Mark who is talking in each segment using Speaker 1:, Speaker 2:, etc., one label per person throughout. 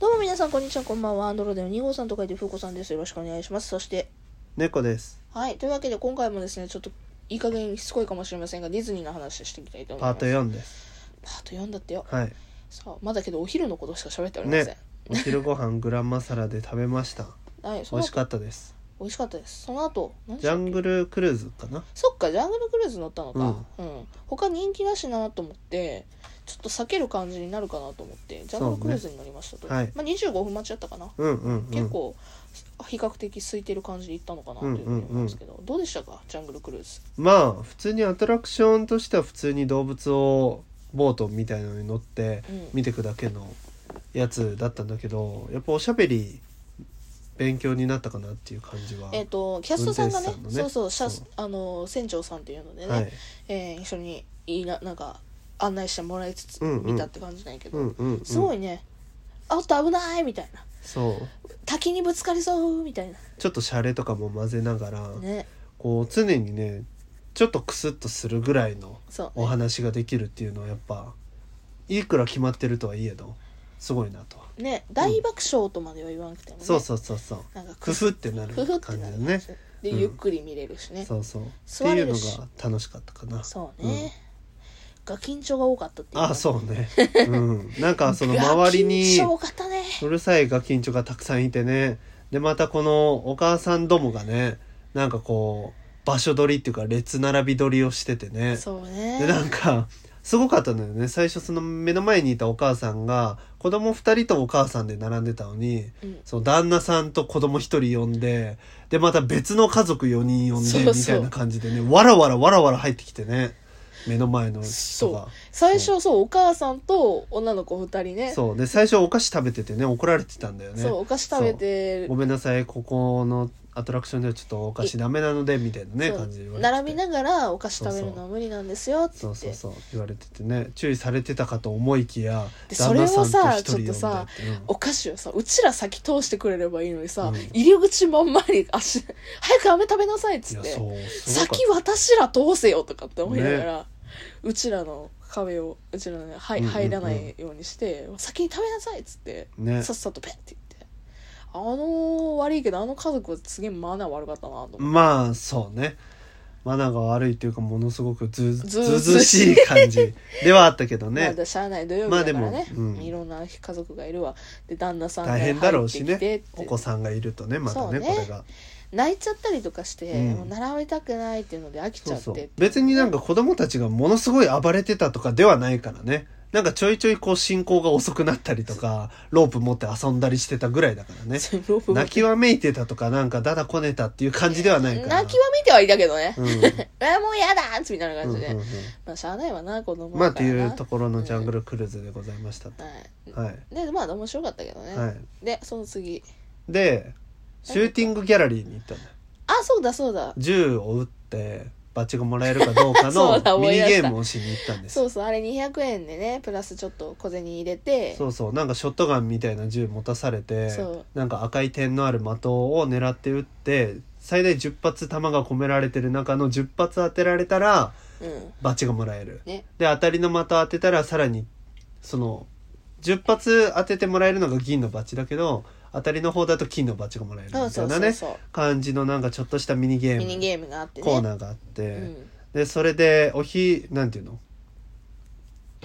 Speaker 1: どうも皆さん、こんにちは、こんばんは。アンドロデの2号さんと書いて、ふうこさんです。よろしくお願いします。そして、
Speaker 2: 猫です
Speaker 1: はい。というわけで、今回もですね、ちょっと、いい加減しつこいかもしれませんが、ディズニーの話していきたいと思い
Speaker 2: パ
Speaker 1: ま
Speaker 2: ー
Speaker 1: す。
Speaker 2: ト。4です
Speaker 1: パート4だってよ。
Speaker 2: はい
Speaker 1: さあ、まだけど、お昼のことしか喋っておりません。
Speaker 2: ねお昼ご飯グランマサラで食べました
Speaker 1: はい、その
Speaker 2: 美味し
Speaker 1: 後、
Speaker 2: かったです
Speaker 1: 美味しかったです。その後、何し
Speaker 2: ジャングルクルーズかな
Speaker 1: そっか、ジャングルクルーズ乗ったのか。うん。他人気だしなと思って、ちょっと避ける感じになるかなと思って、ジャングルクルーズに乗りましたと。
Speaker 2: そうねはい
Speaker 1: まあ、25分待ちだったかな。
Speaker 2: うんうん、うん、
Speaker 1: 結構比較的空いてる感じで行ったのかなというふうに思うんですけど、どうでしたかジャングルクルーズ
Speaker 2: まあ普通にアトラクションとしては普通に動物をボートみたいなのに乗って
Speaker 1: うん
Speaker 2: 見てくだけのやつだったんだけどやっぱおしゃべり勉強になったかなっていう感じは、
Speaker 1: えっ、とキャストさんがね
Speaker 2: 運転手さんのね
Speaker 1: そうそう車
Speaker 2: そう
Speaker 1: あの船長さんっていうのでね、
Speaker 2: はい
Speaker 1: えー一緒にいいななんか案内してもらいつつ
Speaker 2: うんうん
Speaker 1: 見たって感じなんやけど、
Speaker 2: うんうん、うん、
Speaker 1: すごいね「あおっと危ない!」みたいな
Speaker 2: そう
Speaker 1: 「滝にぶつかりそう!」みたいな
Speaker 2: ちょっとシャレとかも混ぜながら、
Speaker 1: ね
Speaker 2: こう常にねちょっとクスッとするぐらいの
Speaker 1: そう
Speaker 2: お
Speaker 1: ね
Speaker 2: 話ができるっていうのはやっぱいくら決まってるとはいえどすごいなとは、
Speaker 1: ね大爆笑とまでは言わなくてもね、
Speaker 2: そうそうそうそう
Speaker 1: なんか
Speaker 2: ふふってなる
Speaker 1: ふふって
Speaker 2: 感じ
Speaker 1: な
Speaker 2: だ
Speaker 1: る
Speaker 2: ね
Speaker 1: で
Speaker 2: うん
Speaker 1: ゆっくり見れるしね、
Speaker 2: そうそうっ
Speaker 1: 座
Speaker 2: てい
Speaker 1: れ
Speaker 2: う
Speaker 1: る
Speaker 2: の
Speaker 1: し
Speaker 2: が楽しかったかな
Speaker 1: そうね、が緊張が多かったっていう
Speaker 2: あそう ね、うん、なんかその
Speaker 1: が
Speaker 2: 周りに
Speaker 1: 緊張型ね
Speaker 2: うるさいガキンチョがたくさんいてねでまたこのお母さんどもがねなんかこう場所取りっていうか列並び取りをしててね
Speaker 1: そうね
Speaker 2: でなんかすごかったのよね最初その目の前にいたお母さんが子供二人とお母さんで並んでたのに、
Speaker 1: うん
Speaker 2: その旦那さんと子供一人呼んででまた別の家族4人呼ん
Speaker 1: そうそう
Speaker 2: でみたいな感じでねわらわらわらわら入ってきてね目の前の人が
Speaker 1: そ。最初そうお母さんと女の子二人ねそ
Speaker 2: そうで最初お菓子食べててね怒られてたんだよ
Speaker 1: う
Speaker 2: ね
Speaker 1: お菓子食べて
Speaker 2: ごめんなさいここのアトラクションではちょっとお菓子ダメなのでみたいなね
Speaker 1: そう
Speaker 2: 感じで言われてて
Speaker 1: 並びながらお菓子食べるのは無理なんですよって
Speaker 2: そ
Speaker 1: 言
Speaker 2: う
Speaker 1: って
Speaker 2: そうそう言われててね注意されてたかと思いきや
Speaker 1: で
Speaker 2: 旦那
Speaker 1: それ
Speaker 2: さん
Speaker 1: をさ
Speaker 2: と一人呼んで
Speaker 1: ちょっとさ
Speaker 2: ってうん
Speaker 1: お菓子をさうちら先通してくれればいいのにさ、
Speaker 2: うん
Speaker 1: 入り口真ん前に足早く飴食べなさいっつっ
Speaker 2: いや
Speaker 1: て
Speaker 2: そうすごかっ
Speaker 1: 先私ら通せよとかって思いながら、うちらの壁をうちらの、ねはい
Speaker 2: うんうんうん
Speaker 1: 入らないようにして、先に食べなさいっつって、
Speaker 2: ね
Speaker 1: さっさとペッて言ってあのー悪いけどあの家族はすげえマナー悪かったなと思って
Speaker 2: たまあそうねマナーが悪いというかものすごくず
Speaker 1: ず
Speaker 2: ず
Speaker 1: う
Speaker 2: ず
Speaker 1: ずう
Speaker 2: う
Speaker 1: し
Speaker 2: し
Speaker 1: い
Speaker 2: い感じではあったけど
Speaker 1: ま
Speaker 2: ね
Speaker 1: だしゃあない土曜日だから
Speaker 2: ま
Speaker 1: ね
Speaker 2: あ、でもうん
Speaker 1: いろんな家族がいるわで旦那さんが
Speaker 2: 大
Speaker 1: 入って
Speaker 2: 変
Speaker 1: き
Speaker 2: だろうしね
Speaker 1: てって
Speaker 2: お子さんがいるとねまた
Speaker 1: そう
Speaker 2: ね
Speaker 1: ね
Speaker 2: これが
Speaker 1: 泣いちゃったりとかして、
Speaker 2: うん
Speaker 1: もう並べたくないっていうので飽きち
Speaker 2: そ
Speaker 1: ゃ
Speaker 2: う
Speaker 1: って
Speaker 2: そう別になんか子供たちがものすごい暴れてたとかではないからねなんかちょいちょいこう進行が遅くなったりとかロープ持って遊んだりしてたぐらいだから ね
Speaker 1: そうロープ
Speaker 2: 泣きわめいてたとかなんかだだこねたっていう感じではないから
Speaker 1: 泣きは見てはいたけどね、
Speaker 2: うん
Speaker 1: あもうやだーみたいな感じで、
Speaker 2: うんうんうん
Speaker 1: まあしゃあないわな子供
Speaker 2: まあ
Speaker 1: だ
Speaker 2: と
Speaker 1: からな
Speaker 2: いうところのジャングルクルーズでございましたと、
Speaker 1: はい
Speaker 2: はい
Speaker 1: でまあ面白かったけどね、
Speaker 2: はい
Speaker 1: でその次
Speaker 2: でシューティングギャラリーに行ったの
Speaker 1: あそうだそうだ
Speaker 2: 銃を撃ってバッジがもらえるかどう か
Speaker 1: そうだ
Speaker 2: の
Speaker 1: 思
Speaker 2: ミ
Speaker 1: い
Speaker 2: ニ
Speaker 1: 出した
Speaker 2: ゲームをしに行ったんです
Speaker 1: そ
Speaker 2: そう
Speaker 1: うそうあれ200円でねプラスちょっと小銭入れて
Speaker 2: そうなんかショットガンみたいな銃持たされて
Speaker 1: そう
Speaker 2: なんか赤い点のある的を狙って撃って最大10発弾が込められてる中の10発当てられたら
Speaker 1: うん
Speaker 2: バッジがもらえる
Speaker 1: ね
Speaker 2: で当たりの的当てたらさらにその10発当ててもらえるのが銀のバッジだけど当たりの方だと金のバッジがもらえるみたい
Speaker 1: そ
Speaker 2: な
Speaker 1: う
Speaker 2: ね
Speaker 1: そうそうそう、
Speaker 2: 感じのなんかちょっとしたミニゲーム
Speaker 1: ミニゲームがあってね
Speaker 2: コーナーがあって、
Speaker 1: うん、
Speaker 2: でそれでおひなんていうの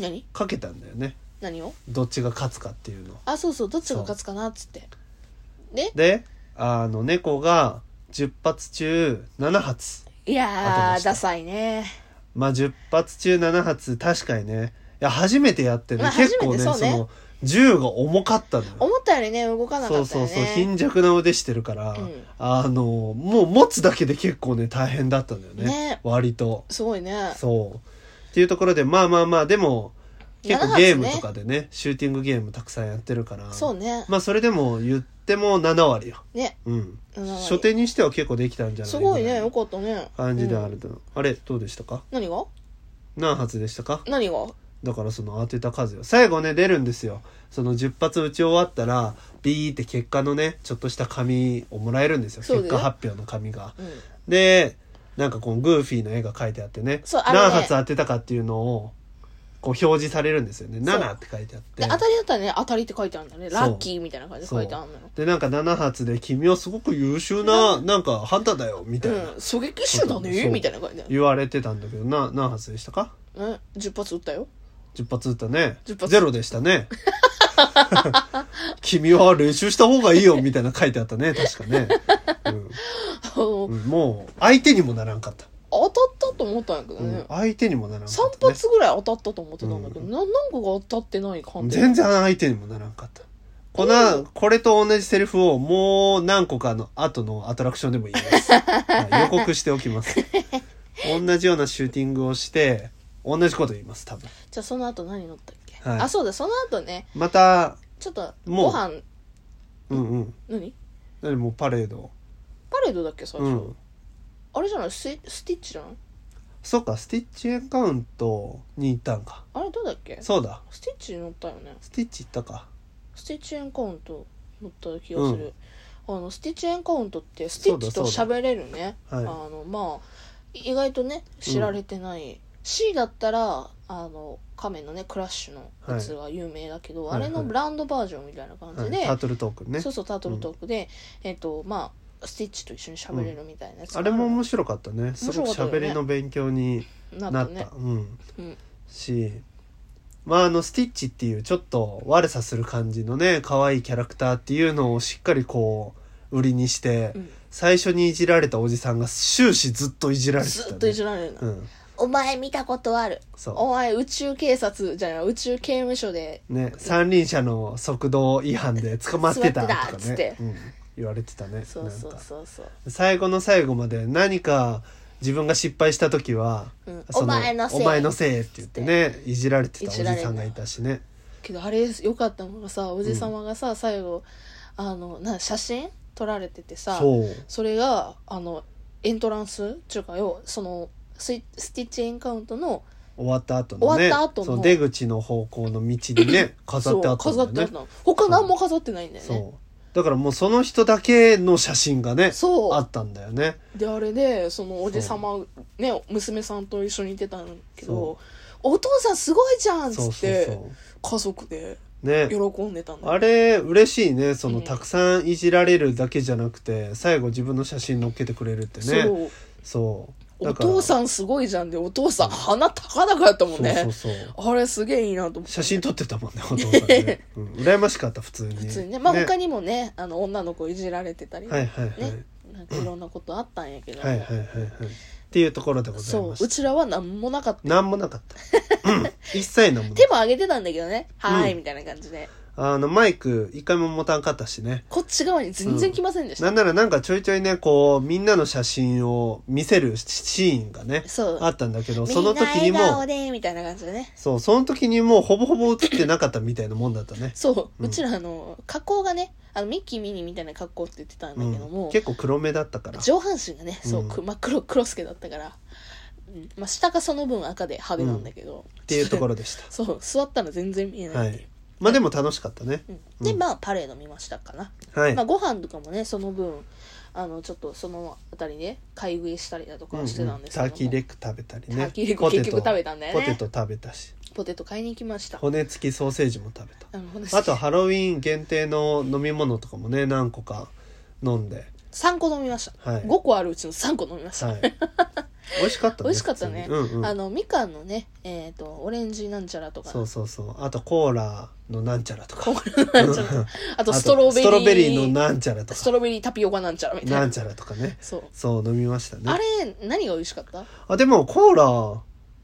Speaker 1: 何
Speaker 2: かけたんだよね
Speaker 1: 何を
Speaker 2: どっちが勝つかっていうの
Speaker 1: あそうそうどっちが勝つかなっつってで
Speaker 2: であの猫が10発中7発
Speaker 1: い
Speaker 2: 当て
Speaker 1: や
Speaker 2: ま
Speaker 1: ー
Speaker 2: した
Speaker 1: ダサいね
Speaker 2: まあ10発中7発確かにねいや初めてやってね、
Speaker 1: まあ
Speaker 2: 結構
Speaker 1: 初めて
Speaker 2: ね
Speaker 1: そう
Speaker 2: そ
Speaker 1: ね
Speaker 2: の銃が重かったのよ
Speaker 1: 思ったよりね動かなかった
Speaker 2: そ
Speaker 1: よ
Speaker 2: う
Speaker 1: ね
Speaker 2: そうそう貧弱な腕してるから、
Speaker 1: うん
Speaker 2: あのもう持つだけで結構ね大変だったんだよね
Speaker 1: ね
Speaker 2: 割と
Speaker 1: すごいね
Speaker 2: そうっていうところでまあまあまあでも結
Speaker 1: 7
Speaker 2: 構
Speaker 1: 発ね
Speaker 2: ゲームとかでねシューティングゲームたくさんやってるから
Speaker 1: そうね
Speaker 2: まあそれでも言っても7割よ
Speaker 1: ね
Speaker 2: うん
Speaker 1: 7割
Speaker 2: 初手にしては結構できたんじゃない
Speaker 1: すごいねよ
Speaker 2: ぐら
Speaker 1: かったね
Speaker 2: 感じではあ
Speaker 1: うん
Speaker 2: ると、あれどうでしたか
Speaker 1: 何が
Speaker 2: 何発でしたか
Speaker 1: 何が
Speaker 2: だからその当てた数よ最後ね出るんですよその10発打ち終わったらビーって結果のねちょっとした紙をもらえるんですよ
Speaker 1: そうだよ
Speaker 2: 結果発表の紙が
Speaker 1: うん
Speaker 2: でなんかこのグーフィーの絵が描いてあってね
Speaker 1: そうあれね
Speaker 2: 何発当てたかっていうのをこう表示されるんですよね
Speaker 1: そう
Speaker 2: 7って書いてあって
Speaker 1: で当たりだったらね当たりって書いてあるんだね
Speaker 2: そう
Speaker 1: ラッキーみたいな感じで書いてあるのよ
Speaker 2: でなんか7発で「君はすごく優秀ななんかハンターだよ」みたいな、
Speaker 1: うん狙撃手だね
Speaker 2: そう
Speaker 1: みたいな感じで、
Speaker 2: 言われてたんだけどな何発でしたか
Speaker 1: うん、10発撃ったよ
Speaker 2: 10発撃ったね
Speaker 1: 10発
Speaker 2: ゼロでした ね君は練習した方がいいよみたいな書いてあったね確かね、
Speaker 1: あの
Speaker 2: うんうんもう相手にもならんかった、
Speaker 1: 当たったと思ったんやけど
Speaker 2: うん
Speaker 1: ね、
Speaker 2: 相手にもならんかった、ね
Speaker 1: 3、発ぐらい当たったと思ってたんだけど、ななんかが当たってない感じ
Speaker 2: 全然相手にもならんかったこの、これと同じセリフをもう何個かの後のアトラクションでも言い ます、はい予告しておきます同じようなシューティングをして同じこと言います多分
Speaker 1: じゃあその後何乗ったっけ、
Speaker 2: はい
Speaker 1: あそうだその後ね
Speaker 2: また
Speaker 1: ちょっとご
Speaker 2: もう
Speaker 1: 飯
Speaker 2: うんうん
Speaker 1: 何
Speaker 2: 何もうパレード
Speaker 1: パレードだっけ最初、
Speaker 2: うん
Speaker 1: あれじゃないスイスティッチじゃん
Speaker 2: そっかスティッチエンカウントに行ったんか
Speaker 1: あれどうだっけ
Speaker 2: そうだ
Speaker 1: スティッチに乗ったよね
Speaker 2: スティッチ行ったか
Speaker 1: スティッチエンカウント乗った気がする、あのスティッチエンカウントってスティッチと
Speaker 2: そうだそう
Speaker 1: 喋れるね、
Speaker 2: は
Speaker 1: あ
Speaker 2: い
Speaker 1: のまあ意外とね知られてない、C だったらあの仮面のねクラッシュのやつが有名だけど、
Speaker 2: はい
Speaker 1: あれのブランドバージョンみたいな感
Speaker 2: は
Speaker 1: じ
Speaker 2: い
Speaker 1: で、
Speaker 2: タートルトークンね
Speaker 1: そうそうタートルトークで、えっ、とまあスティッチと一緒に喋れるみたいなやつが
Speaker 2: あ
Speaker 1: る
Speaker 2: れも面白かったねすごく
Speaker 1: 面白かったよ
Speaker 2: 喋
Speaker 1: ね
Speaker 2: りの勉強に
Speaker 1: な
Speaker 2: な
Speaker 1: っ
Speaker 2: った
Speaker 1: たね
Speaker 2: うん
Speaker 1: うん
Speaker 2: しまああのスティッチっていうちょっと悪さする感じのね可愛いキャラクターっていうのをしっかりこう売りにして、
Speaker 1: うん
Speaker 2: 最初にいじられたおじさんが終始ずっといじられてた、ね、
Speaker 1: ずっといじられるの、
Speaker 2: うん
Speaker 1: お前見たことある
Speaker 2: そ
Speaker 1: お前宇宙警察じゃない宇宙刑務所で
Speaker 2: うね三輪車の速度違反で捕まってたとか
Speaker 1: 座ってたっつっ
Speaker 2: ね
Speaker 1: て、
Speaker 2: うん、言われてたね
Speaker 1: そうそう
Speaker 2: なんか
Speaker 1: そうそう
Speaker 2: 最後の最後まで何か自分が失敗した時は、
Speaker 1: うん
Speaker 2: そ
Speaker 1: お前のせい
Speaker 2: お前のせいって言ってねいじられてたおじさんがいたしね
Speaker 1: けどあれよかったのがさおじさまがさ、最後あのな写真撮られててさ
Speaker 2: そう
Speaker 1: それがあのエントランスっていうかよそのスイスティッチエンカウントの
Speaker 2: 終わった後の
Speaker 1: 終
Speaker 2: ね
Speaker 1: わった後の
Speaker 2: そう出口の方向の道にね飾ってあったんだ
Speaker 1: そう飾っ
Speaker 2: よ
Speaker 1: てあ
Speaker 2: ね
Speaker 1: ったの他何も飾ってないんだよ
Speaker 2: そ
Speaker 1: ね
Speaker 2: うだからもうその人だけの写真がね
Speaker 1: そう
Speaker 2: あったんだよね
Speaker 1: であれでそのおじさまね娘さんと一緒にいてたんだけど「お父さんすごいじゃん」っ
Speaker 2: そ
Speaker 1: つ
Speaker 2: う
Speaker 1: っ
Speaker 2: そう
Speaker 1: て
Speaker 2: そ
Speaker 1: 家族で
Speaker 2: うね
Speaker 1: 喜んでたんだ
Speaker 2: あ
Speaker 1: よ
Speaker 2: れ嬉しいねそ
Speaker 1: う
Speaker 2: の、
Speaker 1: ん
Speaker 2: たくさんいじられるだけじゃなくて最後自分の写真載っけてくれるってねそう
Speaker 1: そう
Speaker 2: だ
Speaker 1: お
Speaker 2: から
Speaker 1: 父さんすごいじゃんでお父さん鼻高々やったもんね
Speaker 2: そうそうそう
Speaker 1: あれすげえいいなと思って
Speaker 2: 写真撮ってたもんねお父さ んね、うん、羨ましかった普通に
Speaker 1: 普通にねまあ他にもねあの女の子いじられてたり
Speaker 2: はい
Speaker 1: ね
Speaker 2: はいはい、
Speaker 1: なんかいろんなことあったんやけど
Speaker 2: はいはいはいはいっていうところでござい
Speaker 1: そう
Speaker 2: まし
Speaker 1: う
Speaker 2: た
Speaker 1: ちらは何もなかった
Speaker 2: なんもなかった、うん、一切なんもなか
Speaker 1: 手
Speaker 2: っ
Speaker 1: も挙げてたんだけどねはー
Speaker 2: う
Speaker 1: い
Speaker 2: ん
Speaker 1: みたいな感じで
Speaker 2: たあのマイク一回も持たんかったしね
Speaker 1: こっち側に全然来ませんでし
Speaker 2: な
Speaker 1: た
Speaker 2: んならなんかちょいちょいねこうみんなの写真を見せるシーンがね
Speaker 1: そう
Speaker 2: あったんだけど
Speaker 1: み
Speaker 2: その
Speaker 1: んな
Speaker 2: 時に
Speaker 1: 笑
Speaker 2: も
Speaker 1: 顔でみたいな感じでね
Speaker 2: そうその時にもうほぼほぼ映ってなかったみたいなもんだったね
Speaker 1: そう、
Speaker 2: うん
Speaker 1: うちらあの加工がねあのミッキーミニーみたいな格好って言ってたんだけど
Speaker 2: う
Speaker 1: も、
Speaker 2: ん、結構黒目だったから
Speaker 1: 上半身がねそう、
Speaker 2: うん
Speaker 1: く真っ黒クロスケだったから、うんまあ、下がその分赤でハゲなんだけど、
Speaker 2: っていうとこ
Speaker 1: ろ
Speaker 2: ろでし
Speaker 1: そう座ったら全然見え
Speaker 2: た
Speaker 1: な、
Speaker 2: はいいまあでも楽しかったね
Speaker 1: うん、でまあパレード見ましたかな、
Speaker 2: はい
Speaker 1: まあ、ご飯とかもねその分あのちょっとそのあたりで買い食いしたりだとかはしてたんですけども、
Speaker 2: うんうんターキーレッグ食べたりね
Speaker 1: ターキーレッグ
Speaker 2: ポテト
Speaker 1: 結局食べたんだよね
Speaker 2: ポテト食べたし
Speaker 1: ポテト買いに行きました
Speaker 2: 骨付きソーセージも食べ
Speaker 1: あのほん
Speaker 2: たあとハロウィーン限定の飲み物とかもね何個か飲んで
Speaker 1: 3個飲みました、
Speaker 2: はい
Speaker 1: 5個あるうちの3個飲みました、
Speaker 2: はい美味しかった ね
Speaker 1: 美味しかったね、
Speaker 2: 普通にうんうん、
Speaker 1: あのみかんのねえっ、とオレンジなんちゃらとか
Speaker 2: そうそうそうあとコーラのなんちゃらとか
Speaker 1: コーラなん ちゃらとかあ
Speaker 2: あ
Speaker 1: とストロベリー
Speaker 2: ストロベリーのなんちゃらと
Speaker 1: スト
Speaker 2: か
Speaker 1: ロベリータピオカなんちゃらみたいな
Speaker 2: なんちゃらとかね
Speaker 1: そう
Speaker 2: そう飲みましたね
Speaker 1: あれ何が美味しかった
Speaker 2: あでもコーラ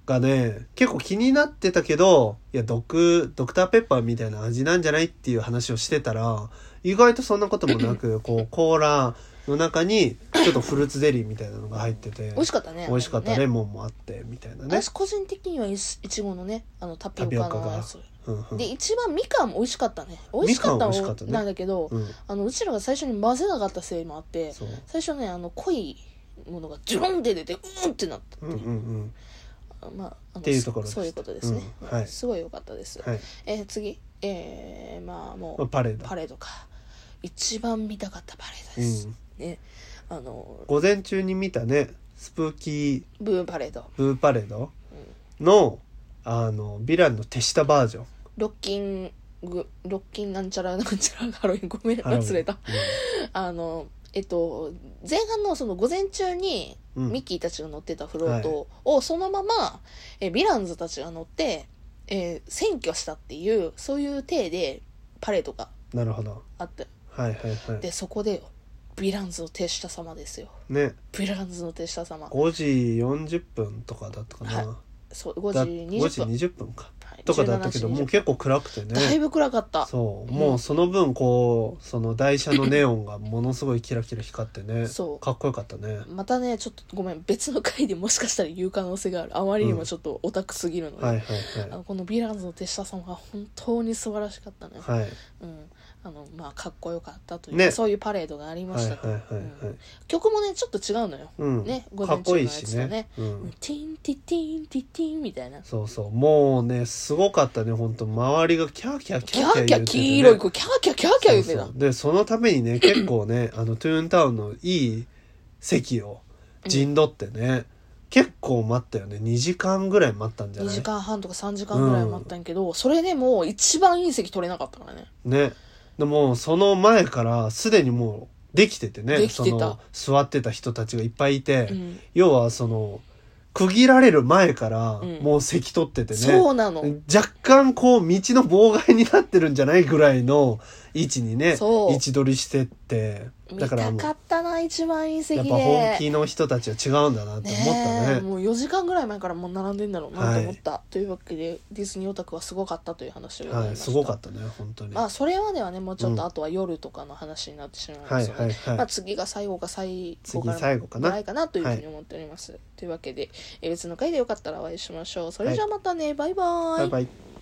Speaker 2: がね結構気になってたけどいや毒ドクターペッパーみたいな味なんじゃないっていう話をしてたら意外とそんなことも なくこうコーラの中にちょっとフルーツゼリーみたいなのが入ってて
Speaker 1: 美味しかったね
Speaker 2: 美味しかったレモンもあってみたいなね
Speaker 1: 私個人的にはいちいちごのねあのタピオカのやつ
Speaker 2: うんうん
Speaker 1: で一番みかんも美味しかったね美味しかったの
Speaker 2: みかん美味しかったね
Speaker 1: なんだけど、
Speaker 2: うん
Speaker 1: あのうちらが最初に混ぜなかったせいもあって
Speaker 2: そう
Speaker 1: 最初ねあの濃いものがジュロンって出てうんってなった
Speaker 2: うんうんうん
Speaker 1: あまああの
Speaker 2: っていうところでした
Speaker 1: そういうことですね、
Speaker 2: うんはい
Speaker 1: すごい良かったです、
Speaker 2: はい
Speaker 1: えー次えー、まあもう
Speaker 2: まあパレード
Speaker 1: パレードか一番見たかったパレードです、ねあの
Speaker 2: 午前中に見たねスプーキー
Speaker 1: ブーンパレード
Speaker 2: ブーパレードのあのヴィランの手下バージョン
Speaker 1: ロッキングロッキンなんちゃらなんちゃらハロウィ ンごめん
Speaker 2: ハロウィ ン
Speaker 1: 忘れたあのえっと前半のその午前中に
Speaker 2: うんうん
Speaker 1: ミッキーたちが乗ってたフロートをそのまま、えヴィランズたちが乗って、えー占拠したっていうそういう体でパレードが
Speaker 2: なるほど
Speaker 1: あって
Speaker 2: はいはいは
Speaker 1: でそこでヴィランズの手下様ですよ
Speaker 2: いね
Speaker 1: ヴィランズの手下様
Speaker 2: 5時40分とかだったかな、
Speaker 1: はいそう5
Speaker 2: だ
Speaker 1: 時
Speaker 2: 5時
Speaker 1: 20分
Speaker 2: 20分か
Speaker 1: はい
Speaker 2: とかだったけど
Speaker 1: 17
Speaker 2: もう結構暗くてね
Speaker 1: だいぶ暗かったそ
Speaker 2: そ
Speaker 1: う
Speaker 2: う、
Speaker 1: ん
Speaker 2: もうその分こうその台車のネオンがものすごいキラキラ光ってね
Speaker 1: そう
Speaker 2: かっこよかったね
Speaker 1: またねちょっとごめん別の回でもしかしたら言う可能性があるあまりに
Speaker 2: うん
Speaker 1: もちょっとオタクすぎるので、
Speaker 2: はいはい
Speaker 1: あ
Speaker 2: は
Speaker 1: のこのヴィランズの手下様が本当に素晴らしかったね、
Speaker 2: いはい
Speaker 1: うん、あのまあかっこよかったという、
Speaker 2: ね
Speaker 1: そういうパレードがありま
Speaker 2: はい
Speaker 1: し
Speaker 2: は
Speaker 1: た
Speaker 2: い
Speaker 1: と、
Speaker 2: はいはい
Speaker 1: 曲もねちょっと違うのよ、
Speaker 2: うん、
Speaker 1: ね午
Speaker 2: か
Speaker 1: 前
Speaker 2: っ
Speaker 1: 中
Speaker 2: こ
Speaker 1: の
Speaker 2: い
Speaker 1: や
Speaker 2: い
Speaker 1: つ
Speaker 2: し
Speaker 1: とね
Speaker 2: ねうん、
Speaker 1: ティンティティンティティンみたいな
Speaker 2: そうそうもうねすごかったね本当周りがキャーキャーキ
Speaker 1: キ
Speaker 2: ャ
Speaker 1: ャ
Speaker 2: ー
Speaker 1: ー
Speaker 2: キ
Speaker 1: キ
Speaker 2: ャ
Speaker 1: ャー
Speaker 2: ー言うててね
Speaker 1: 黄色い子キャーキャーキャーキャー言ってた
Speaker 2: そうそうでそのためにね結構ねあのトゥーンタウンのいい席を陣取ってね、結構待ったよね2時間ぐらい待ったんじゃ
Speaker 1: 2
Speaker 2: ない
Speaker 1: 時間半とか3時間ぐらい待ったんやけど、それでもう一番いい席取れなかったからね
Speaker 2: ねでもその前からすでにもうできててね
Speaker 1: できてた
Speaker 2: その座ってた人たちがいっぱいいて、
Speaker 1: うん
Speaker 2: 要はその区切られる前から
Speaker 1: うん
Speaker 2: もう席取っててね、
Speaker 1: そうなの
Speaker 2: 若干こう道の妨害になってるんじゃないぐらいの位置にね
Speaker 1: そう
Speaker 2: 位置取りしてって
Speaker 1: 見
Speaker 2: だ
Speaker 1: た
Speaker 2: からもう
Speaker 1: かったな一番いい
Speaker 2: や
Speaker 1: 席
Speaker 2: っ
Speaker 1: で
Speaker 2: ぱ本気の人たちは違うんだなって思ったね
Speaker 1: えもう4時間ぐらい前からもう並んでんだろうなと思った、というわけでディズニーオタクはすごかったという話を伺いました、
Speaker 2: はいすごかったね本当に、
Speaker 1: まあそれまではねもうちょっ
Speaker 2: う
Speaker 1: と
Speaker 2: ん
Speaker 1: あとは夜とかの話になってしまいま
Speaker 2: はい
Speaker 1: すので、
Speaker 2: はいはい、
Speaker 1: まあ、次が最後か最後
Speaker 2: 次
Speaker 1: か
Speaker 2: 最後か
Speaker 1: ぐら
Speaker 2: ない
Speaker 1: かなというふうに思っております、というわけでえー別の回でよかったらお会いしましょうそれじゃあまたね、バイバイ
Speaker 2: バイバイ